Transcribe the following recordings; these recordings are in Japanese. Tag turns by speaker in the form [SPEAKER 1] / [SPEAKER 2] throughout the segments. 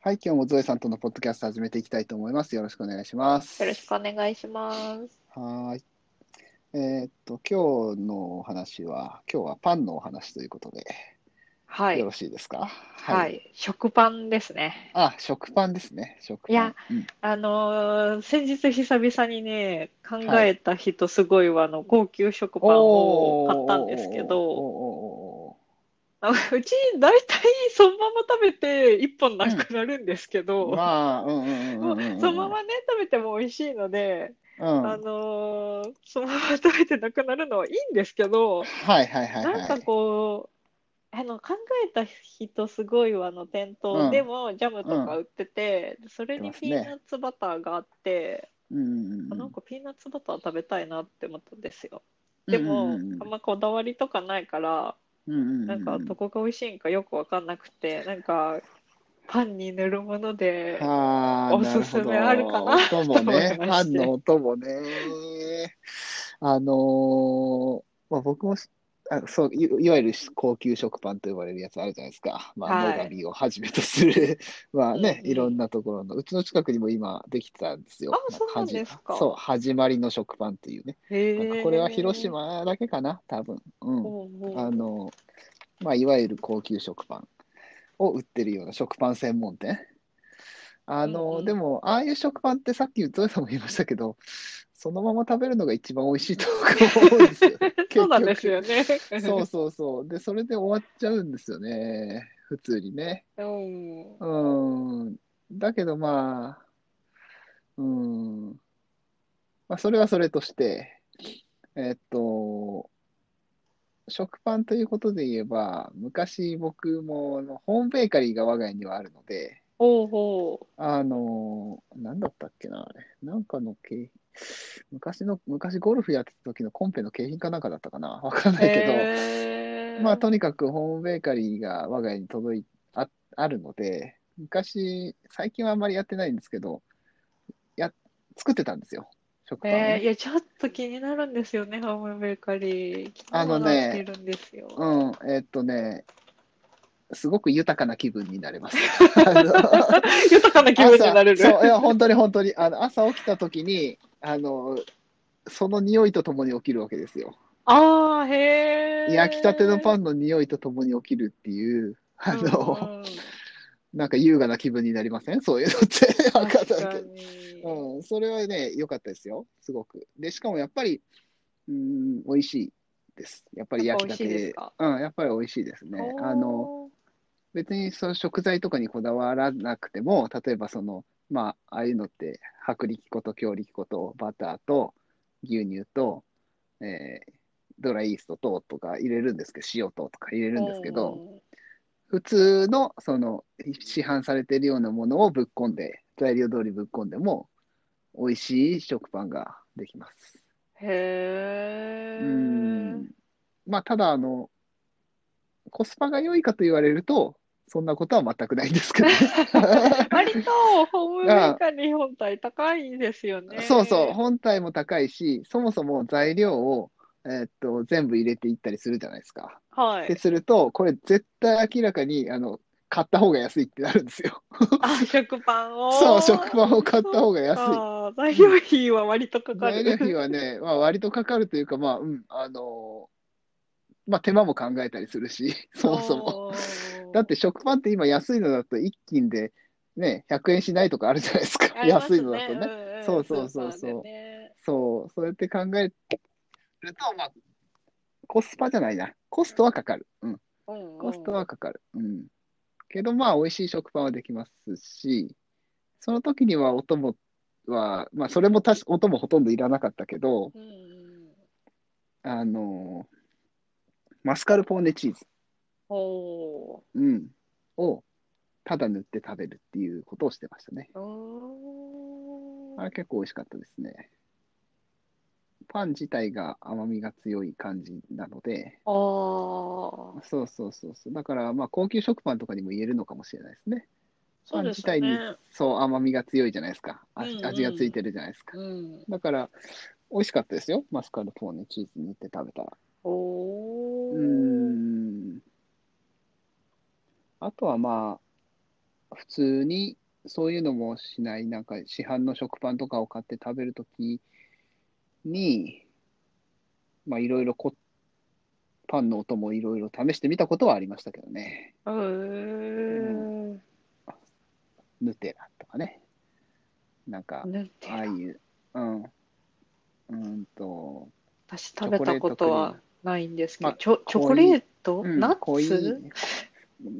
[SPEAKER 1] はい、今日もゾエさんとのポッドキャスト始めていきたいと思います。よろしくお願いします。
[SPEAKER 2] よろしくお願いします。
[SPEAKER 1] はーい。えーっと、今日のお話は、今日はパンのお話ということで、
[SPEAKER 2] はい
[SPEAKER 1] よろ。しいですかはい。
[SPEAKER 2] はい。食パンですね。
[SPEAKER 1] あ、食パンですね。食パン。
[SPEAKER 2] いや
[SPEAKER 1] うん
[SPEAKER 2] あのー先日久々にね、考えた人すごいわ、あの、高級食パンを買ったんですけ
[SPEAKER 1] おー
[SPEAKER 2] ど、
[SPEAKER 1] お
[SPEAKER 2] あうち大体そのまま食べて1本なくなるんですけ
[SPEAKER 1] ーおーおーおー
[SPEAKER 2] ど、
[SPEAKER 1] まあ、うんうんうんうんうん、
[SPEAKER 2] そのままね、食べても美味しいので、
[SPEAKER 1] うん、
[SPEAKER 2] あのーそのまま食べてなくなるのはいいんですけど、
[SPEAKER 1] はいはいはいはい。
[SPEAKER 2] なんかこう、あの考えた人すごいわあの店
[SPEAKER 1] うん
[SPEAKER 2] 頭でもジャムとか売ってて、それにピ
[SPEAKER 1] 売ってま
[SPEAKER 2] ー
[SPEAKER 1] すね
[SPEAKER 2] ナッツバターがあって、
[SPEAKER 1] うんうんう
[SPEAKER 2] あ
[SPEAKER 1] ん、
[SPEAKER 2] なんかピーナッツバター食べたいなって思ったんですよ。でも、
[SPEAKER 1] うんうん
[SPEAKER 2] あんまこだわりとかないから、
[SPEAKER 1] うんうんうん、
[SPEAKER 2] なんかどこが美味しいんかよくわかんなくて、なんかパンに塗るもので、
[SPEAKER 1] あー
[SPEAKER 2] おすすめあるかな
[SPEAKER 1] なほど音もね
[SPEAKER 2] と思いまして
[SPEAKER 1] パンの音もねあのーまあ、僕もしあそういいわゆる高級食パンと呼ばれるやつあるじゃないですか、まあ、
[SPEAKER 2] はい
[SPEAKER 1] 野上をはじめとする まあね、
[SPEAKER 2] うんうん
[SPEAKER 1] いろんなところのうちの近くにも今できてたんですよ
[SPEAKER 2] あそうなんですか
[SPEAKER 1] はじそう始まりの食パンっていうね
[SPEAKER 2] へ
[SPEAKER 1] なん
[SPEAKER 2] ー
[SPEAKER 1] かこれは広島だけかな多分うん
[SPEAKER 2] ほうほう
[SPEAKER 1] あの、まあ、いわゆる高級食パンを売ってるような食パン専門店。あの、
[SPEAKER 2] うんうん
[SPEAKER 1] でも、ああいう食パンってさっきゾエさんも言いましたけ ど、そのまま食べるのが一番美味しいと僕は思うんですよ。
[SPEAKER 2] そうなんですよね。
[SPEAKER 1] 結局。そうそうそう。で、それで終わっちゃうんですよね。普通にね。
[SPEAKER 2] うん
[SPEAKER 1] うん。だけどまあ、うん。まあ、それはそれとして、えっと、食パンということで言えば、昔僕もあのホームベーカリーが我が家にはあるので、
[SPEAKER 2] ほうほ
[SPEAKER 1] あの、なんだったっけな、あれ。なんかの景昔の、昔ゴルフやってた時のコンペの景品かなんかだったかな。わかん
[SPEAKER 2] う。
[SPEAKER 1] ないけど、
[SPEAKER 2] へー
[SPEAKER 1] まあ、とにかくホームベーカリーが我が家に届いああるので、昔、最近はあんまりやってないんですけど、や作ってたんですよ、食パンを
[SPEAKER 2] えー、い
[SPEAKER 1] ね。
[SPEAKER 2] や、ちょっと気になるんですよね、ハムベーカリー。
[SPEAKER 1] あのね
[SPEAKER 2] 気になってるんですよ。
[SPEAKER 1] うん、えーっとね、すごく豊かな気分になれます。あの
[SPEAKER 2] 豊かな 気分になれる。
[SPEAKER 1] 朝そういや本当に本当にあの朝起きた時にあのその匂いとともに起きるわけですよ。
[SPEAKER 2] ああ、へえ。
[SPEAKER 1] 焼きたてのパ
[SPEAKER 2] ン
[SPEAKER 1] ンの匂いとともに起きるっていうあの、
[SPEAKER 2] うんうん、
[SPEAKER 1] なんか優雅な気分になりませんそういうのって分かん
[SPEAKER 2] 確
[SPEAKER 1] ない
[SPEAKER 2] か
[SPEAKER 1] けど。
[SPEAKER 2] に。
[SPEAKER 1] うん、それはね、良かったですよ、すごく。で、しかもやっぱり、うん、美味しいです。やっぱり焼きた
[SPEAKER 2] やっぱ美味しいです
[SPEAKER 1] て
[SPEAKER 2] か、
[SPEAKER 1] うん、やっぱり美味しいですね。あの、別にその食材とかにこだわらなくても、例えばその、まあ、ああいうのって、薄力粉と強力粉とバターと牛乳と、えードライイーストととか入れるんですけど、塩ととか入れ
[SPEAKER 2] おー、
[SPEAKER 1] るんですけ
[SPEAKER 2] う
[SPEAKER 1] ど、
[SPEAKER 2] んうん
[SPEAKER 1] 普通のその市販されているようなものをぶっこんで、材料通りぶっこんでも、美味しい食パンができます。
[SPEAKER 2] へえ。
[SPEAKER 1] うん。まあ、ただ、あの、コスパが良いかと言われると、そんなことは全くないんですけどね。
[SPEAKER 2] 割と、ホームベーカリー本体高いですよね。
[SPEAKER 1] そうそう、本体も高いし、そもそも材料を、えーっと、全部入れていったりするじゃないですか。
[SPEAKER 2] は
[SPEAKER 1] で、
[SPEAKER 2] い。
[SPEAKER 1] すると、これ絶対明らかに、あの、買った方が安いってなるんですよ。
[SPEAKER 2] あ、食パンを。
[SPEAKER 1] そう、食パンを買った方が安い。
[SPEAKER 2] あー材料費は割とかか
[SPEAKER 1] 材
[SPEAKER 2] る。
[SPEAKER 1] 料費は ね、まあ、割とかかるというか、まあ、うん、あのーまあ、手間も考えたりする し、そもそも。
[SPEAKER 2] おー
[SPEAKER 1] だって食パンって今安いのだと一斤でね、100円しないとかあるじゃないですか。
[SPEAKER 2] あります
[SPEAKER 1] 安いのだとね。
[SPEAKER 2] んん
[SPEAKER 1] そうそうそうそう
[SPEAKER 2] スーパーでね
[SPEAKER 1] そう、そうやって考えると、まあ、コスパじゃないな。コストはかかる。うん、
[SPEAKER 2] うんうん
[SPEAKER 1] コストはかかる。うん。けど、まあ、美味しい食パンはできますし、その時には音も、は、まあ、それもたし、音もほとんどいらなかったけど、
[SPEAKER 2] うんうん
[SPEAKER 1] あのーマスカルポーネチーズ、
[SPEAKER 2] お
[SPEAKER 1] うん、をただ塗って食べるっていうことをしてましたね。
[SPEAKER 2] ーうーん
[SPEAKER 1] あれ結構美味しかったですね。パン自体が甘みが強い感じなので、
[SPEAKER 2] あー
[SPEAKER 1] そうそうそうそう。だから、まあ、高級食パンとかにも言えるのかもしれないですね。
[SPEAKER 2] そうです
[SPEAKER 1] パン自体に
[SPEAKER 2] ね。
[SPEAKER 1] そう、甘みが強いじゃないですか。味
[SPEAKER 2] うんうん
[SPEAKER 1] 味がついてるじゃないですか。
[SPEAKER 2] うん。
[SPEAKER 1] だから、美味しかったですよ。マスカルポーネチーズ塗って食べたら。
[SPEAKER 2] お
[SPEAKER 1] うー
[SPEAKER 2] ー
[SPEAKER 1] んあとはまあ、普通にそういうのもしない、なんか市販の食パンとかを買って食べるときに、まあいろいろこパンの音もいろいろ試してみたことはありましたけどね。
[SPEAKER 2] うーん。
[SPEAKER 1] ヌテラとかね。なんか、
[SPEAKER 2] ヌテ
[SPEAKER 1] ああ
[SPEAKER 2] ラ
[SPEAKER 1] いう、うん。うーんと、
[SPEAKER 2] 私食べたことはないんですけど、
[SPEAKER 1] まあ
[SPEAKER 2] チョチョコレート、
[SPEAKER 1] うん
[SPEAKER 2] ナ
[SPEAKER 1] 濃い
[SPEAKER 2] ッツ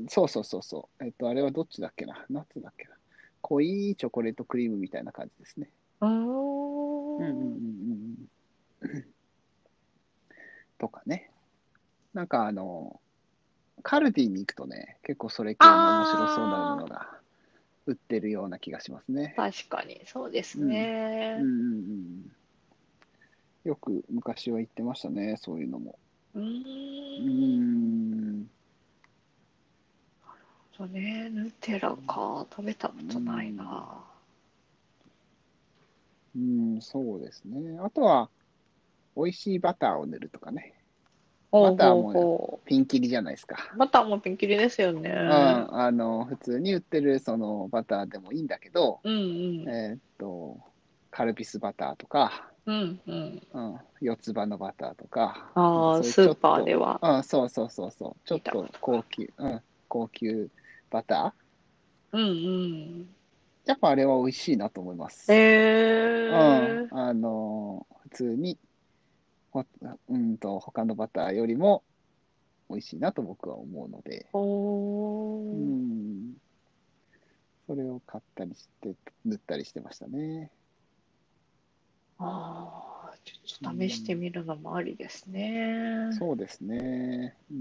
[SPEAKER 1] そうそうそうそう。えっと、あれはどっちだっけな。ナッツだっけな。濃いチョコレートクリームみたいな感じですね。
[SPEAKER 2] うー
[SPEAKER 1] うんうんうんうん
[SPEAKER 2] ん
[SPEAKER 1] うん。とかね。なんかあの、カルディに行くとね、結構それ系の面白そうなものが売ってるような気がしますね。
[SPEAKER 2] 確かにそうですね
[SPEAKER 1] うんうんうん。よく昔は行ってましたね、そういうのも。
[SPEAKER 2] うーん
[SPEAKER 1] うーん。
[SPEAKER 2] そうねヌテラか食べたことないな、
[SPEAKER 1] うん、そうですね。あとは、美味しいバターを塗るとかね。
[SPEAKER 2] ほう
[SPEAKER 1] バター
[SPEAKER 2] ほ
[SPEAKER 1] も
[SPEAKER 2] うほ
[SPEAKER 1] ピンキリじゃないですか。
[SPEAKER 2] うバターもピンキリですよね
[SPEAKER 1] うん、あの、普通に売ってるそのバターでもいいんだけど、
[SPEAKER 2] うんうん
[SPEAKER 1] えーっと、カルピスバターとか、
[SPEAKER 2] うんうん
[SPEAKER 1] うん、四つ葉のバターとか。
[SPEAKER 2] あ
[SPEAKER 1] う
[SPEAKER 2] あ
[SPEAKER 1] ん
[SPEAKER 2] スーパーで。は
[SPEAKER 1] そういうちょっとうん、そうそうそうそう。ちょっ
[SPEAKER 2] 見
[SPEAKER 1] と
[SPEAKER 2] たこと
[SPEAKER 1] 高級、うん、高級バター。
[SPEAKER 2] うんうん
[SPEAKER 1] やっぱあれは美味しいなと思います。
[SPEAKER 2] え
[SPEAKER 1] うん
[SPEAKER 2] ー、
[SPEAKER 1] あのー普通にほうんと他のバターよりも美味しいなと僕は思うので、
[SPEAKER 2] お
[SPEAKER 1] う
[SPEAKER 2] ー
[SPEAKER 1] ん、それを買ったりして塗ったりしてましたね。
[SPEAKER 2] あーちょっと試してみるのもありですね、
[SPEAKER 1] そうですね。うん、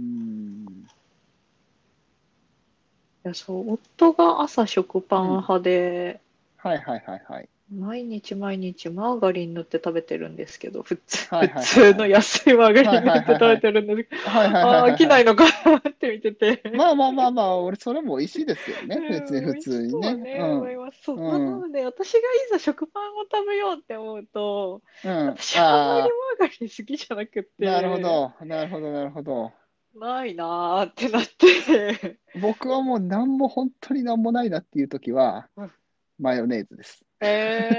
[SPEAKER 2] いやそう夫が朝食パン派で、
[SPEAKER 1] はいはいはいはい。
[SPEAKER 2] 毎日毎日マーガリン塗って食べてるんですけど普通、
[SPEAKER 1] はいはいはい
[SPEAKER 2] 普通の安いマーガリン塗って食べてるんですけど、
[SPEAKER 1] はいはいはいはい、
[SPEAKER 2] ああー飽きないのかなって見てて、
[SPEAKER 1] まあまあまあまあ、俺それも美味しいですよね。
[SPEAKER 2] うん
[SPEAKER 1] 別に普通に
[SPEAKER 2] 美味しそう
[SPEAKER 1] ね。
[SPEAKER 2] 思いますそう
[SPEAKER 1] うん
[SPEAKER 2] なので私がいざ食パンを食べようって思うと
[SPEAKER 1] うん。うん、
[SPEAKER 2] 私はあんま
[SPEAKER 1] あ
[SPEAKER 2] りマーガリン好きじゃなく
[SPEAKER 1] あ、
[SPEAKER 2] て
[SPEAKER 1] なるほど。なるほど、なるほど。
[SPEAKER 2] ないなーってな って
[SPEAKER 1] 僕はもう何も本当に何もないなっていう時は
[SPEAKER 2] うん
[SPEAKER 1] マヨネーズです。
[SPEAKER 2] え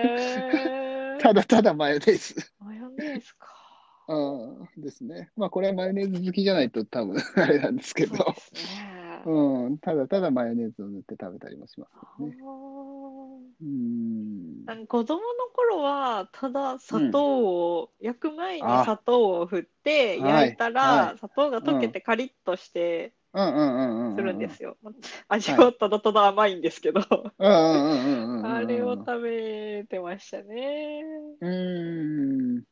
[SPEAKER 2] ー、
[SPEAKER 1] ただただマヨネーズ。
[SPEAKER 2] マヨネーズか
[SPEAKER 1] うん、ですね。まあこれはマヨネーズ好きじゃないと多分あれなんですけ
[SPEAKER 2] そう
[SPEAKER 1] ど
[SPEAKER 2] で、すね、
[SPEAKER 1] うん、ただただマヨネーズを塗って食べたりもします。ね
[SPEAKER 2] あー
[SPEAKER 1] うん。
[SPEAKER 2] なんか子供の頃はただ砂糖を、焼く前に
[SPEAKER 1] あ
[SPEAKER 2] 砂糖を振って
[SPEAKER 1] はい
[SPEAKER 2] 焼いたら、
[SPEAKER 1] はい
[SPEAKER 2] 砂糖が溶けてカリッとして
[SPEAKER 1] うんうんうんうん。
[SPEAKER 2] するんで。すよ、味はただただ甘いんですけど、
[SPEAKER 1] うんうんうんうんうんうん。
[SPEAKER 2] あれを食べてましたね
[SPEAKER 1] うん。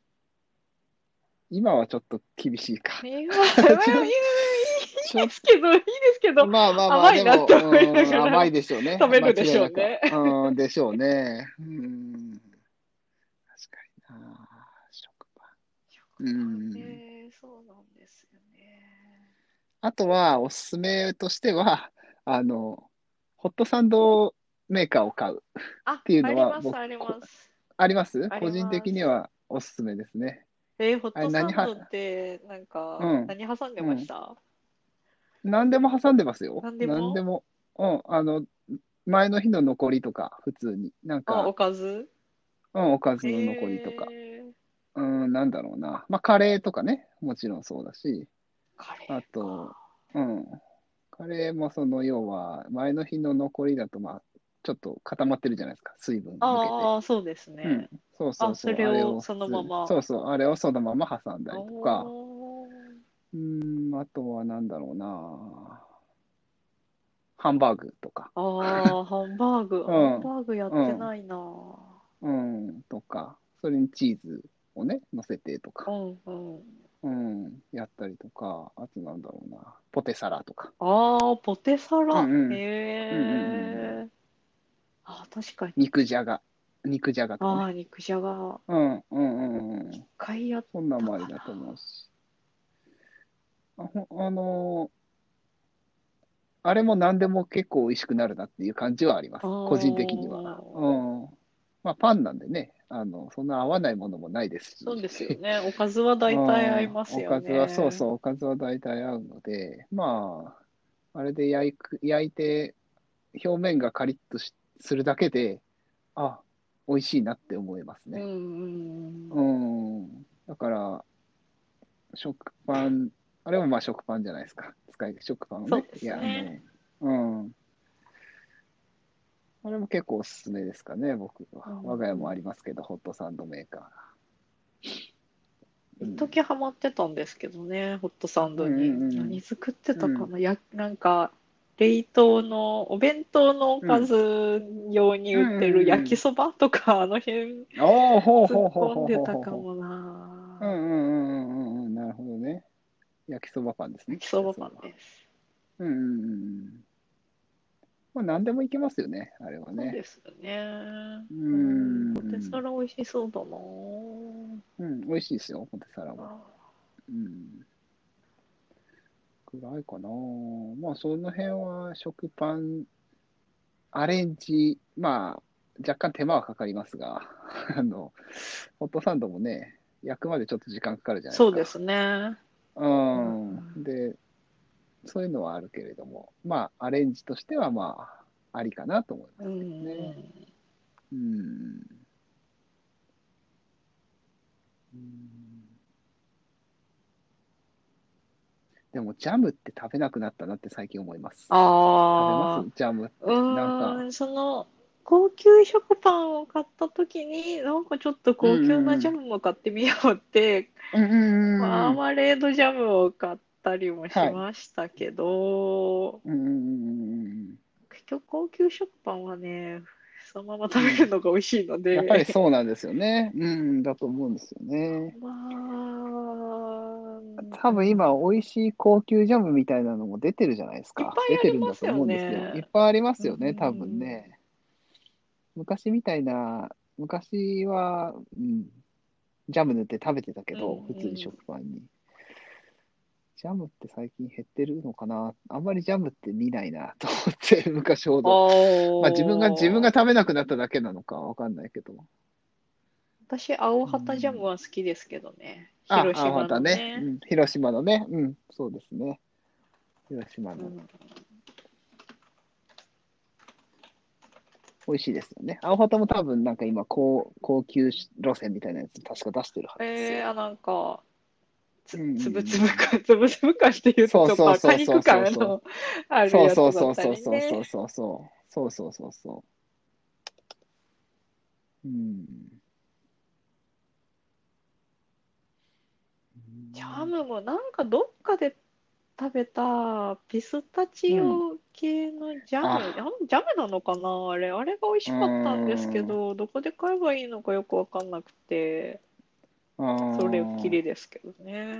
[SPEAKER 1] 今はちょっと厳しいか。
[SPEAKER 2] いやいや いやいいですけどいいですけど
[SPEAKER 1] まあまあまあ、
[SPEAKER 2] 甘いなって思いながら
[SPEAKER 1] でもうん甘いでしょうね。
[SPEAKER 2] 食べるでしょうね
[SPEAKER 1] 間違いなく。うん、でしょうね。うん。確かにな。食パン。うん
[SPEAKER 2] ねそうなんですよね
[SPEAKER 1] あとは、おすすめとしては、あの、ホットサンドメーカーを買う。
[SPEAKER 2] あ
[SPEAKER 1] ていうのは
[SPEAKER 2] あります
[SPEAKER 1] 僕
[SPEAKER 2] あります
[SPEAKER 1] あります
[SPEAKER 2] ます
[SPEAKER 1] 個人的にはおすすめですね。
[SPEAKER 2] えー、ホットサン
[SPEAKER 1] あれ何
[SPEAKER 2] ド
[SPEAKER 1] は
[SPEAKER 2] ってなんか
[SPEAKER 1] うん
[SPEAKER 2] 何挟んでました、
[SPEAKER 1] 何でも挟んでますよ。
[SPEAKER 2] 何でも
[SPEAKER 1] うん、あの、前の日の残りとか、普通に。なん
[SPEAKER 2] あお
[SPEAKER 1] か、
[SPEAKER 2] かず
[SPEAKER 1] うん、おかずの残りとか。
[SPEAKER 2] えー
[SPEAKER 1] うん、なんだろうな。まあ、カレーとかね、もちろんそうだし。
[SPEAKER 2] カレーか
[SPEAKER 1] あと、うん。カレーもその要は、前の日の残りだと、まあ、ちょっと固まってるじゃないですか、水分抜
[SPEAKER 2] ああ、そうです
[SPEAKER 1] け
[SPEAKER 2] ね。
[SPEAKER 1] て。うん。そうそうそう。
[SPEAKER 2] あそれを
[SPEAKER 1] あ
[SPEAKER 2] そのまま
[SPEAKER 1] そうそう、あれをそのまま挟んだりとか。
[SPEAKER 2] おー
[SPEAKER 1] うん、あとはなんだろうな。ハンバーグとか、
[SPEAKER 2] ああ、ハンバーグ、ハンバーグやってないな。
[SPEAKER 1] うん、とか、それにチーズをね、乗せてと
[SPEAKER 2] う
[SPEAKER 1] か、
[SPEAKER 2] んうん。
[SPEAKER 1] うん、やったりとか、あとなんだろうな。ポテサラとか。
[SPEAKER 2] ああ、ポテサラ。
[SPEAKER 1] うんうん
[SPEAKER 2] へ
[SPEAKER 1] うんうん
[SPEAKER 2] え。あー確かに。
[SPEAKER 1] 肉じゃが。肉じゃがとか
[SPEAKER 2] あ
[SPEAKER 1] ね。
[SPEAKER 2] あ、肉じゃが。
[SPEAKER 1] うん、うん、うん、うん。
[SPEAKER 2] 一回やっ
[SPEAKER 1] そんなんもありだと思うし。あほあのーあれも何でも結構美味しくなるなっていう感じはあります。
[SPEAKER 2] あ ー
[SPEAKER 1] 個人的には。うん。まあパンなんでね、あの、そんな合わないものもないですし。
[SPEAKER 2] そうですよ ね。おかずは大体合いますよね。
[SPEAKER 1] うんおかずは、そうそう、おかずは大体合うので、まあ、あれで焼く焼いて、表面がカリッとしするだけで、あ、美味しいなって思います
[SPEAKER 2] うんう
[SPEAKER 1] ね。
[SPEAKER 2] んうん
[SPEAKER 1] うん。だから、食パン、あれもまあ食パンじゃないですか。使い食パンを
[SPEAKER 2] そう
[SPEAKER 1] ね。
[SPEAKER 2] です
[SPEAKER 1] いや、あ
[SPEAKER 2] ね
[SPEAKER 1] の、うん。あれも結構おすすめですかね、僕は
[SPEAKER 2] うん。
[SPEAKER 1] 我が家もありますけど、ホットサンドメーカー。
[SPEAKER 2] 一時ハマってたんですけどね、ホットサンドに。
[SPEAKER 1] うんうんうん
[SPEAKER 2] 何作ってたかな、やなんか、冷凍の、お弁当のおかず用に売って
[SPEAKER 1] う
[SPEAKER 2] る
[SPEAKER 1] ん
[SPEAKER 2] 焼きそばとか、あの辺、
[SPEAKER 1] うん、おーほう
[SPEAKER 2] 突
[SPEAKER 1] ほうほう
[SPEAKER 2] っ
[SPEAKER 1] ほ
[SPEAKER 2] 込ん
[SPEAKER 1] う
[SPEAKER 2] で
[SPEAKER 1] ほう
[SPEAKER 2] たか
[SPEAKER 1] ほう。
[SPEAKER 2] も
[SPEAKER 1] うん
[SPEAKER 2] な。
[SPEAKER 1] うんうんうんうんうん、なるほどね。焼きそばパンですね。
[SPEAKER 2] 焼きそばパンです。
[SPEAKER 1] うんうんうんうん。まあ、何でもいけますよね、あれは
[SPEAKER 2] そう
[SPEAKER 1] ね。
[SPEAKER 2] ですよね。
[SPEAKER 1] う
[SPEAKER 2] うんん。ポテサラ美味しそうだな
[SPEAKER 1] うん、美味しいですよ、ポテサラは。うん。ぐらいかな。まあ、その辺は食パン、アレンジ、まあ、若干手間はかかりますが、 あの、ホットサンドもね、焼くまでちょっと時間かかるじゃないですか。
[SPEAKER 2] そうですね。
[SPEAKER 1] うん、で、そういうのはあるけれども、まあ、アレンジとしては、まあ、ありかなと思います
[SPEAKER 2] う
[SPEAKER 1] けど
[SPEAKER 2] ん
[SPEAKER 1] ね。うん。うんでも、ジャムって食べなくなったなって最近思います。食べ
[SPEAKER 2] ああ
[SPEAKER 1] ま。すジャム。
[SPEAKER 2] うーん
[SPEAKER 1] なん
[SPEAKER 2] その高級食パンを買った時になんかちょっと高級なジャムも買ってみようって、
[SPEAKER 1] うんうんうん
[SPEAKER 2] マー
[SPEAKER 1] うん
[SPEAKER 2] マレードジャムを買ったりもしましたけど、
[SPEAKER 1] うんうんうん
[SPEAKER 2] 結局高級食パンはねそのまま食べるのが美味しいの
[SPEAKER 1] うん。
[SPEAKER 2] で、
[SPEAKER 1] やっぱりそうなんですよね。うん、だと思うんですよね。
[SPEAKER 2] まあ
[SPEAKER 1] 多分今、美味しい高級ジャムみたいなのも出てるじゃないです
[SPEAKER 2] いっ
[SPEAKER 1] か。
[SPEAKER 2] ぱ
[SPEAKER 1] 出
[SPEAKER 2] いあ
[SPEAKER 1] て
[SPEAKER 2] り
[SPEAKER 1] るんだ
[SPEAKER 2] ます
[SPEAKER 1] と
[SPEAKER 2] よね
[SPEAKER 1] 思うんですよ。いっぱいありますよね、
[SPEAKER 2] うん
[SPEAKER 1] 多分ね。昔みたいな、昔は、うん、ジャム塗って食べてたけ
[SPEAKER 2] うん
[SPEAKER 1] ど
[SPEAKER 2] う、ん
[SPEAKER 1] 普通に食パンに。ジャムって最近減ってるのかなあんまりジャムって見ないなと思って、 昔ほど。まあ自分が、自分が食べなくなっただけなのかわかんないけど。
[SPEAKER 2] 私青旗ジャムは好きですけどね、
[SPEAKER 1] あ、
[SPEAKER 2] 広
[SPEAKER 1] あ、
[SPEAKER 2] 島
[SPEAKER 1] また
[SPEAKER 2] の
[SPEAKER 1] ね。うん、広島のね。うん、そうですね。広島の。
[SPEAKER 2] うん
[SPEAKER 1] 美味しいですよね。青旗も多分なんか今高、高級路線みたいなやつ確か出してるはずですよ。
[SPEAKER 2] えー、あなんかつ
[SPEAKER 1] うんうん
[SPEAKER 2] つぶつぶ感つぶつぶ感っていうとちょっと
[SPEAKER 1] そう
[SPEAKER 2] 赤
[SPEAKER 1] そうそうそう
[SPEAKER 2] 肉感のある
[SPEAKER 1] そう
[SPEAKER 2] やつ
[SPEAKER 1] そ
[SPEAKER 2] だ
[SPEAKER 1] うそ
[SPEAKER 2] っ
[SPEAKER 1] う
[SPEAKER 2] た
[SPEAKER 1] そう
[SPEAKER 2] り
[SPEAKER 1] そうそ
[SPEAKER 2] ね
[SPEAKER 1] うそうそうそうそうそう。うん。
[SPEAKER 2] ジャムもなんかどっかで食べたピスタチオ系のジャム、
[SPEAKER 1] あ
[SPEAKER 2] ジャムジャムなのかなあれあれが美味しかったんですけどどこで買えばいいのかよく分かんなくて
[SPEAKER 1] あ
[SPEAKER 2] それっき
[SPEAKER 1] り。
[SPEAKER 2] りですけどね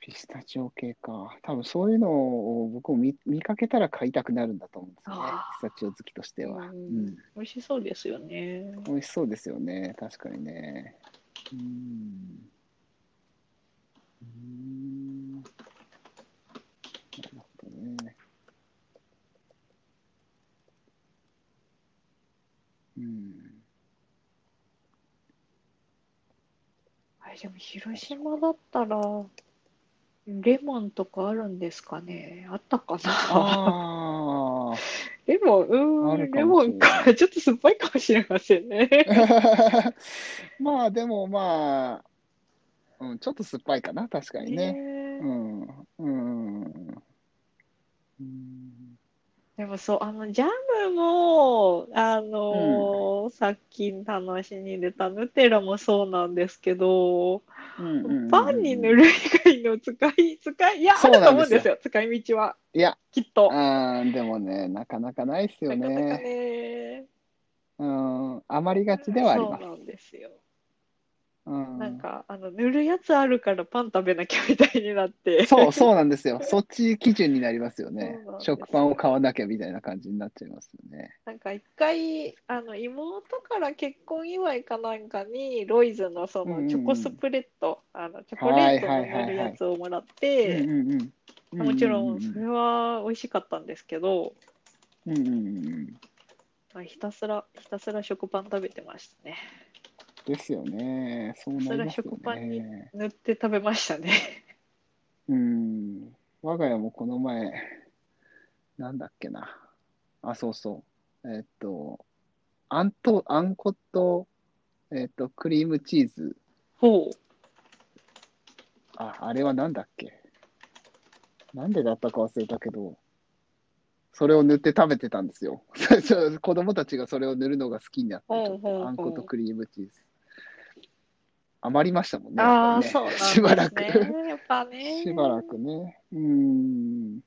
[SPEAKER 1] ピスタチオ系か。多分そういうのを僕も見見かけたら買いたくなるんだと思うんですよね
[SPEAKER 2] あ。
[SPEAKER 1] ピスタチオ好きとしては。う
[SPEAKER 2] う
[SPEAKER 1] んん。
[SPEAKER 2] 美味しそうですよね
[SPEAKER 1] 美味しそうですよね。確かにね。うん。うん。なるほどね。うん。
[SPEAKER 2] あれでも広島だったらレモンとかあるんですかねあったかな
[SPEAKER 1] ああ。
[SPEAKER 2] レモンう
[SPEAKER 1] あ
[SPEAKER 2] ー
[SPEAKER 1] る
[SPEAKER 2] ん
[SPEAKER 1] か
[SPEAKER 2] レ
[SPEAKER 1] も
[SPEAKER 2] モ
[SPEAKER 1] しれ
[SPEAKER 2] ン
[SPEAKER 1] ない
[SPEAKER 2] か ちょっと酸っぱいかもしれませんね
[SPEAKER 1] まあでもまあ、うん、ちょっと酸っぱいかな、確かにね。
[SPEAKER 2] ね
[SPEAKER 1] うん。うん。うん。
[SPEAKER 2] でもそうあのジャムもあのーさっき話に出たヌテラもそうなんですけど
[SPEAKER 1] うんうんうん
[SPEAKER 2] パンに塗る以外の使い使いいやあ
[SPEAKER 1] そう
[SPEAKER 2] ると
[SPEAKER 1] なん
[SPEAKER 2] 思
[SPEAKER 1] で
[SPEAKER 2] うん
[SPEAKER 1] すよ
[SPEAKER 2] ですよ使い道はい
[SPEAKER 1] や、
[SPEAKER 2] きっと。
[SPEAKER 1] あーでもね、なかなかないですよ
[SPEAKER 2] なかなか
[SPEAKER 1] ね。
[SPEAKER 2] ね
[SPEAKER 1] うん、余りがちではあります
[SPEAKER 2] そう。なんですよ。
[SPEAKER 1] うん、
[SPEAKER 2] なんかあの塗るやつあるからパン食べなきゃみたいになって
[SPEAKER 1] そう、そうなんですよ。そっち基準になりますよ
[SPEAKER 2] そう
[SPEAKER 1] ね
[SPEAKER 2] なんで。すよ
[SPEAKER 1] 食パンを買わなきゃみたいな感じになっちゃいますよね。
[SPEAKER 2] なんか一回あの妹から結婚祝いかなんかにロイズのそ
[SPEAKER 1] うんうん
[SPEAKER 2] のチョコスプレッド、あのチョコレート
[SPEAKER 1] はいは
[SPEAKER 2] の
[SPEAKER 1] いはいはい
[SPEAKER 2] 塗るやつをもらっ
[SPEAKER 1] うん
[SPEAKER 2] て
[SPEAKER 1] うんうん。
[SPEAKER 2] もちろんそ
[SPEAKER 1] そ
[SPEAKER 2] れ
[SPEAKER 1] れ
[SPEAKER 2] は美味しかったんですけど、
[SPEAKER 1] うんうんうん。
[SPEAKER 2] まあ、ひたすらひたすら食パン食べてましたね
[SPEAKER 1] ですよね。そうなりますよ
[SPEAKER 2] それは食パンに
[SPEAKER 1] ね。
[SPEAKER 2] 塗って食べましたね
[SPEAKER 1] うん。我が家もこの前、なんだっけな。あ、そうそう。えっと、あんと、あんこと、えっと、クリームチーズ。
[SPEAKER 2] ほう。
[SPEAKER 1] あ、あれはなんだっけ。なんでだったか忘れたけど、それを塗って食べてたんですよ。 そう子供たちがそれを塗るのが好きになって、
[SPEAKER 2] ほうほうほう
[SPEAKER 1] あんことクリームチーズ。余りましたもんね。
[SPEAKER 2] あ
[SPEAKER 1] や
[SPEAKER 2] あ、
[SPEAKER 1] っぱ
[SPEAKER 2] そう
[SPEAKER 1] り
[SPEAKER 2] なん
[SPEAKER 1] ね
[SPEAKER 2] です
[SPEAKER 1] し
[SPEAKER 2] ね。
[SPEAKER 1] ばらく。
[SPEAKER 2] やっぱね。
[SPEAKER 1] しばらくね。うーん。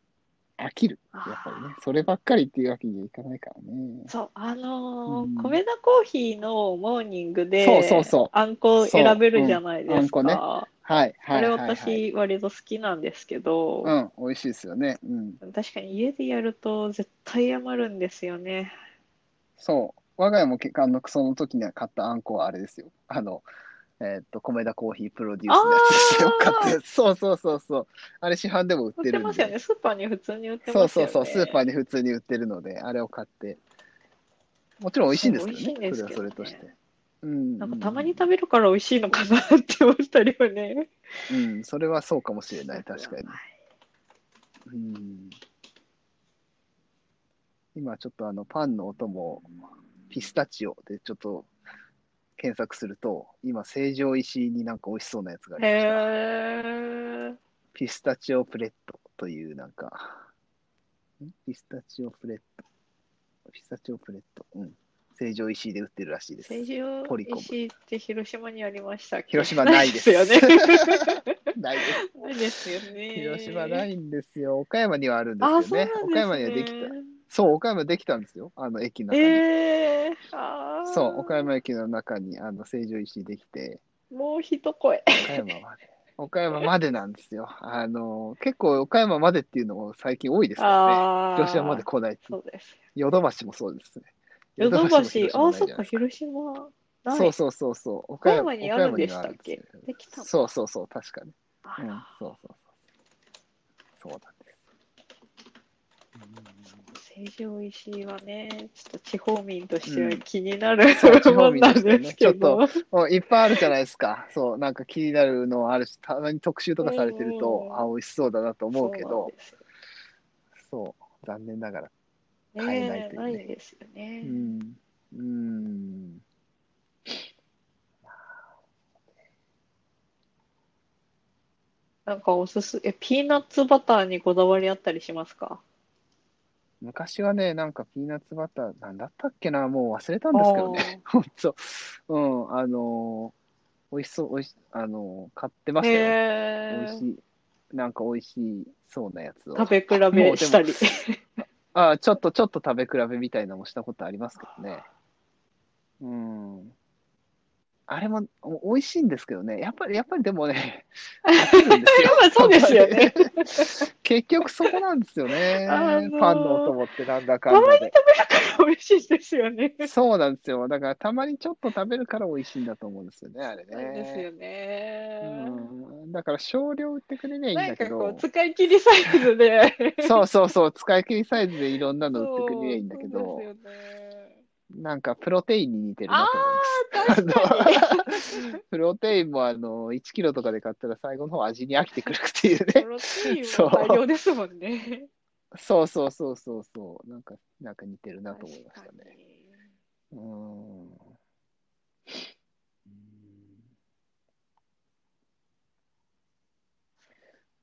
[SPEAKER 1] 飽きる。やっぱりね。そればっかりっていうわけにはいかないからね。
[SPEAKER 2] そう、あのー
[SPEAKER 1] うん
[SPEAKER 2] 米田コーヒーのモーニングで、
[SPEAKER 1] そうそうそう
[SPEAKER 2] あんこ選べるじゃないです
[SPEAKER 1] そう
[SPEAKER 2] か。
[SPEAKER 1] うんあんはい。
[SPEAKER 2] あ
[SPEAKER 1] はい。
[SPEAKER 2] れ
[SPEAKER 1] はいはい
[SPEAKER 2] 私割と好きなんですけど、
[SPEAKER 1] うん。美味しいですよね。うん。
[SPEAKER 2] 確かに家でやると絶対余るんですよね。
[SPEAKER 1] そう。我が家も結構、あの、その時には買ったあんこはあれですよ。あの、えーっと、米田コーヒープロデュースのやつですよ。
[SPEAKER 2] あー
[SPEAKER 1] 買ったやつ。そうそうそうそう。あれ市販でも売っ
[SPEAKER 2] 売ってて
[SPEAKER 1] るん
[SPEAKER 2] ます
[SPEAKER 1] で。
[SPEAKER 2] よね。スーパーに普通に売って
[SPEAKER 1] そ
[SPEAKER 2] ま
[SPEAKER 1] う
[SPEAKER 2] すよ
[SPEAKER 1] そう
[SPEAKER 2] ね。
[SPEAKER 1] そう。スーパーに普通に売ってるので、あれを買って。もちろん美味しいんですけどね。
[SPEAKER 2] そう美味しいん
[SPEAKER 1] そ
[SPEAKER 2] ですけ
[SPEAKER 1] れ
[SPEAKER 2] ど
[SPEAKER 1] は
[SPEAKER 2] ね
[SPEAKER 1] それとして。うん。
[SPEAKER 2] なんかたまに食べるから美味しいのかなって思ったりはね。
[SPEAKER 1] うん、それはそうかもしれない、確かに。うん、今ちょっとあのパンの音もピスタチオでちょっと検索すると、今成城石井になんか美味しそうなやつがありました。
[SPEAKER 2] へえ。
[SPEAKER 1] ピスタチオプレットというなんか、んピスタチオプレット。ピスタチオプレット。うん。成城石井で売ってるらしいです。
[SPEAKER 2] 成城
[SPEAKER 1] ポリコム
[SPEAKER 2] 石井って広島にありましたっけ
[SPEAKER 1] 広島ないです
[SPEAKER 2] よね。
[SPEAKER 1] ないです。
[SPEAKER 2] ないですよね。
[SPEAKER 1] 広島ないんですよ。岡山にはあるんで
[SPEAKER 2] あ、
[SPEAKER 1] す
[SPEAKER 2] そ
[SPEAKER 1] よ
[SPEAKER 2] うな
[SPEAKER 1] ね
[SPEAKER 2] ん。ですね。
[SPEAKER 1] 岡山にはできた。そう、岡山できたんですよ。あの駅の中に。
[SPEAKER 2] ええあー
[SPEAKER 1] そう、岡山駅の中にあの成城石井できて、
[SPEAKER 2] もう一声。
[SPEAKER 1] 岡山まで。岡山までなんですよ。あの、結構岡山までっていうのも最近多いですからね。
[SPEAKER 2] ああ。
[SPEAKER 1] 広島まで。来ない。
[SPEAKER 2] そうです。
[SPEAKER 1] ヨドバシもそうですね。
[SPEAKER 2] ヨドバシ、あ
[SPEAKER 1] も
[SPEAKER 2] あ、
[SPEAKER 1] 広島
[SPEAKER 2] そ
[SPEAKER 1] ないじゃないです
[SPEAKER 2] っか、広島。ない
[SPEAKER 1] そうそうそうそう。岡
[SPEAKER 2] 岡山にあるんでしたっけ
[SPEAKER 1] 岡山にはあるんです
[SPEAKER 2] でき
[SPEAKER 1] よ
[SPEAKER 2] たの
[SPEAKER 1] そうそうそう、確かに。
[SPEAKER 2] あ
[SPEAKER 1] うん、
[SPEAKER 2] ら
[SPEAKER 1] そうそうそう。そうなんです。うん
[SPEAKER 2] 成城石井はね、ちょっと地方民としては気になる、
[SPEAKER 1] そう地方
[SPEAKER 2] もん
[SPEAKER 1] 民
[SPEAKER 2] な
[SPEAKER 1] とし
[SPEAKER 2] ん
[SPEAKER 1] てはね
[SPEAKER 2] ですけど。
[SPEAKER 1] もういっぱいあるじゃないですか。そう、なんか気になるのはあるし、たまに特集とかされてる
[SPEAKER 2] うん
[SPEAKER 1] と
[SPEAKER 2] う、ん
[SPEAKER 1] あ、美味しそうだなと思うけど、
[SPEAKER 2] そ
[SPEAKER 1] そう、残念ながら。
[SPEAKER 2] うなんですよね
[SPEAKER 1] 買えないというね
[SPEAKER 2] ないですよね。
[SPEAKER 1] うん。うん。
[SPEAKER 2] なんかおすすえ、ピーナッツバターにこだわりあったりしますか
[SPEAKER 1] 昔はね、なんかピーナッツバター、なんだったっけな、もう忘れたんですけどね。ほんと。うん、あのー、美味しそう、美味し、あのー買ってましたよ。美
[SPEAKER 2] へ
[SPEAKER 1] 味
[SPEAKER 2] え
[SPEAKER 1] し。い。なんか美味しそうなやつを。
[SPEAKER 2] 食べ比べしたり。
[SPEAKER 1] あ、ちょっと、ちょっと食べ比べみたいなのもしたことありますけどね。うん。あれもお美味しいんですけどね。やっぱり、やっぱりでもね、飽きるんですよ
[SPEAKER 2] まあ そうですよね。
[SPEAKER 1] 結局そこなんですよね。
[SPEAKER 2] あのー
[SPEAKER 1] パンのお供ってなんだかんだで。
[SPEAKER 2] 美味しいですよね。
[SPEAKER 1] そうなんですよ。だからたまにちょっと食べるから美味しいんだと思うんですよね、あれね。
[SPEAKER 2] なんですよね。
[SPEAKER 1] うん。だから少量売ってくれりゃいいん
[SPEAKER 2] なん
[SPEAKER 1] だ
[SPEAKER 2] か
[SPEAKER 1] け
[SPEAKER 2] こ
[SPEAKER 1] ど
[SPEAKER 2] う、。使い切りサイズで。
[SPEAKER 1] そうそうそう、使い切りサイズでいろんなの売ってくれりゃいいんだけ
[SPEAKER 2] そ
[SPEAKER 1] ど
[SPEAKER 2] う、なんですよね
[SPEAKER 1] なんかプロテインに似てるなと思います。
[SPEAKER 2] あー、確かに。
[SPEAKER 1] プロテインもあの1キロとかで買ったら最後の方味に飽きてくるっていう
[SPEAKER 2] プ
[SPEAKER 1] ね。
[SPEAKER 2] ロテインも大量ですもんね。
[SPEAKER 1] そうそうそうそうそう。なんか、なんか似てるなと思いました
[SPEAKER 2] 確か
[SPEAKER 1] ね。
[SPEAKER 2] に
[SPEAKER 1] うーん。うーん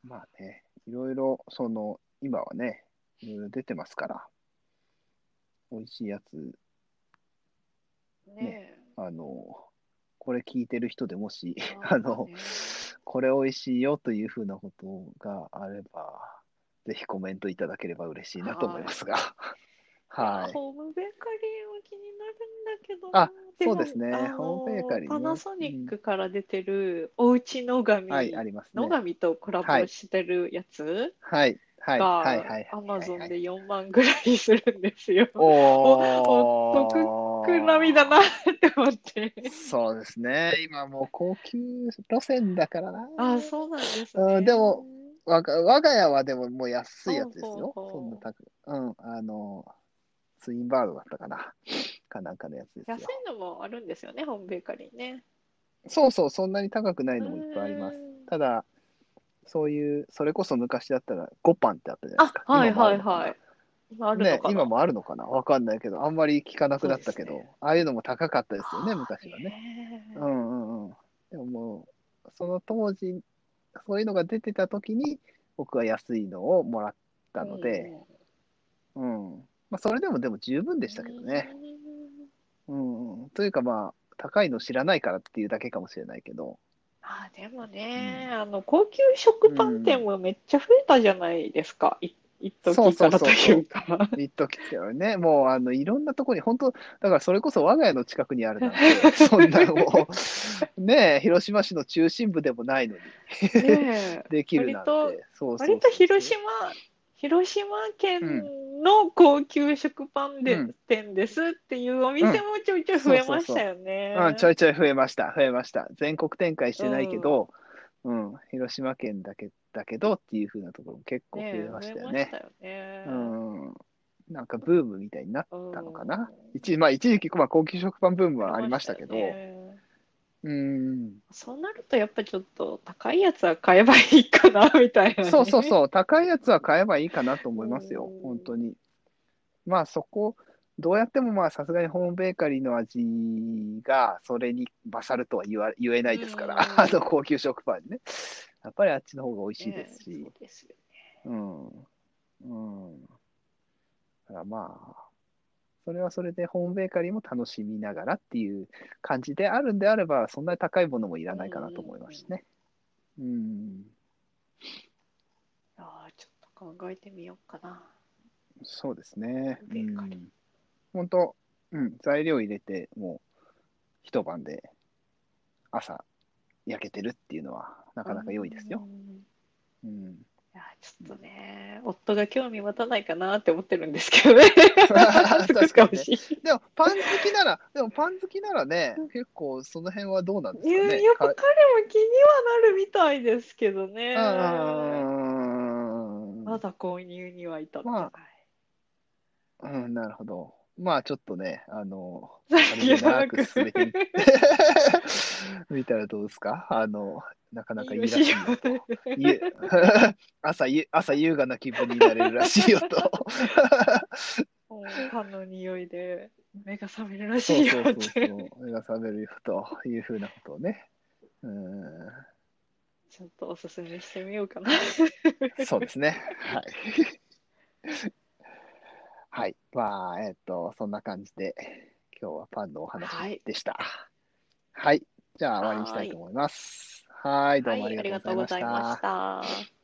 [SPEAKER 1] まあね、いろいろ、その、今はね、いろいろ出てますから、美味しいやつ、
[SPEAKER 2] ね
[SPEAKER 1] あの、これ聞いてる人でもし
[SPEAKER 2] え。、
[SPEAKER 1] あの、
[SPEAKER 2] ね。
[SPEAKER 1] これ美味しいよというふうなことがあれば、ぜひコメントいただければ嬉しいなと思いますが。はい
[SPEAKER 2] ホームベーカリーは気になるんだけどな。
[SPEAKER 1] あそうですね
[SPEAKER 2] もあの
[SPEAKER 1] ホームベーカリーね
[SPEAKER 2] パナソニックから出てる、おうちの神、
[SPEAKER 1] はい、ありますね
[SPEAKER 2] の。神とコラボしてるやつ
[SPEAKER 1] はい、はい、
[SPEAKER 2] が、
[SPEAKER 1] はい、はい。
[SPEAKER 2] アマゾン
[SPEAKER 1] はい。
[SPEAKER 2] で4万ぐらいするんですよ。
[SPEAKER 1] お
[SPEAKER 2] お
[SPEAKER 1] お
[SPEAKER 2] くらみだなって思って。
[SPEAKER 1] そうですね。今もう高級路線だからな。
[SPEAKER 2] あ、そうなんです
[SPEAKER 1] う
[SPEAKER 2] ね。
[SPEAKER 1] んでも、わが我が家はでももう安いやつですよ。
[SPEAKER 2] ほうほうほ
[SPEAKER 1] そ
[SPEAKER 2] うん
[SPEAKER 1] な高く。うん、あの、ツインバードだったかな。かなんかのやつですよ
[SPEAKER 2] 安い。のもあるんですよね、ホームベーカリーね。
[SPEAKER 1] そうそう、そんなに高くないのもいっぱいあります
[SPEAKER 2] う。ん
[SPEAKER 1] ただ、そういう、それこそ昔だったら、5パンってあったじゃないですか。
[SPEAKER 2] あ、はい
[SPEAKER 1] 今も
[SPEAKER 2] は
[SPEAKER 1] るのかな
[SPEAKER 2] いはい。あるの
[SPEAKER 1] ね
[SPEAKER 2] か、な
[SPEAKER 1] 今もあるのかなわかんないけど、あんまり聞かなくなったけど、
[SPEAKER 2] そうですね
[SPEAKER 1] ああいうのも高かったですよね、昔はね。
[SPEAKER 2] ねえ
[SPEAKER 1] うんうんうん。でももう、その当時、そういうのが出てた時に、僕は安いのをもらったので、うん。まあ、それでもでも十分でしたけどね。。
[SPEAKER 2] うん
[SPEAKER 1] うんうん。というかまあ、高いの知らないからっていうだけかもしれないけど、
[SPEAKER 2] あでもね、あの高級食パン店もめっちゃ増えたじゃないですか、い一
[SPEAKER 1] そう
[SPEAKER 2] 時
[SPEAKER 1] そ
[SPEAKER 2] か
[SPEAKER 1] うそ
[SPEAKER 2] ら
[SPEAKER 1] うそ
[SPEAKER 2] と
[SPEAKER 1] う
[SPEAKER 2] いうか。
[SPEAKER 1] 一時っていうのはね、もうあのいろんなとこに、本当、だからそれこそ我が家の近くにあるなん て、そんなのもう、ねえ、広島市の中心部でもないのに、
[SPEAKER 2] ねえ
[SPEAKER 1] できるなんて、
[SPEAKER 2] 割
[SPEAKER 1] そうそうそう
[SPEAKER 2] 割と広島広島県の高級食パンで
[SPEAKER 1] うん
[SPEAKER 2] 店ですっていうお店もちょいちょい増えましたよね。
[SPEAKER 1] うん、ちょいちょい増えました、増えました。全国展開してないけど、うん、広島県だけだけどっていう風なところも結構増
[SPEAKER 2] ね
[SPEAKER 1] えましたよね。
[SPEAKER 2] 増え
[SPEAKER 1] う
[SPEAKER 2] ましたよね
[SPEAKER 1] ん、なんかブームみたいになっ
[SPEAKER 2] うん
[SPEAKER 1] たのかな。一まあ、一時期、まあ、高級食パンブームはありましたけど、
[SPEAKER 2] 増えましたよね
[SPEAKER 1] うん、
[SPEAKER 2] そうなるとやっぱちょっと高いやつは買えばいいかなみたいなね、
[SPEAKER 1] そうそうそう、高いやつは買えばいいかなと思いますよ
[SPEAKER 2] うん、
[SPEAKER 1] 本当に。まあそこ、どうやってもまあさすがにホームベーカリーの味がそれに勝るとは言わ言えないですから、
[SPEAKER 2] うん
[SPEAKER 1] あの高級食パンね。やっぱりあっちの方が美味しい
[SPEAKER 2] ね
[SPEAKER 1] ですし
[SPEAKER 2] そ、うですよ
[SPEAKER 1] うん。うん。だからまあ、それはそれでホームベーカリーも楽しみながらっていう感じであるんであれば、そんなに高いものもいらないかなと思いますしね。うん
[SPEAKER 2] ああ、ちょっと考えてみようかな。
[SPEAKER 1] そうですね。
[SPEAKER 2] ベーカリー
[SPEAKER 1] うん本当、うん、材料入れて、もう一晩で朝焼けてるっていうのは、な
[SPEAKER 2] な
[SPEAKER 1] かなか良いですよ。。うん、
[SPEAKER 2] いや、ちょっとね、夫が興味持たないかなって思ってるんですけ どね。
[SPEAKER 1] 確かにね
[SPEAKER 2] 少し
[SPEAKER 1] でも、パン好きなら、でもパン好きならね、結構その辺はどうなんです
[SPEAKER 2] い
[SPEAKER 1] か
[SPEAKER 2] や
[SPEAKER 1] ね。
[SPEAKER 2] やっぱ
[SPEAKER 1] か
[SPEAKER 2] 彼も気にはなるみたいですけどね。
[SPEAKER 1] うん
[SPEAKER 2] まだ購入には至ってない。
[SPEAKER 1] まうん、なるほど。まあちょっとね、あの、
[SPEAKER 2] さりげな
[SPEAKER 1] さりげなく
[SPEAKER 2] く
[SPEAKER 1] 進めて み見たらどうですかあの、なかなかいいらしいよと。ゆ 朝ゆ朝優雅な気分になれるらしい よと。
[SPEAKER 2] もうパンの匂いで目が覚めるらし
[SPEAKER 1] そうそう
[SPEAKER 2] いよ
[SPEAKER 1] そ
[SPEAKER 2] っ
[SPEAKER 1] う
[SPEAKER 2] て。
[SPEAKER 1] そう。目が覚めるよというふうなことをね。うー
[SPEAKER 2] ちょっとおすすめしてみようかな。
[SPEAKER 1] んそうですね。はい。はい。まあ、えっ、と、そんな感じで、今日はパンのお話でした。はい。じゃあ、終わりにしたいと思います。はい。どうもありがとうございました。
[SPEAKER 2] はいありがとうございました。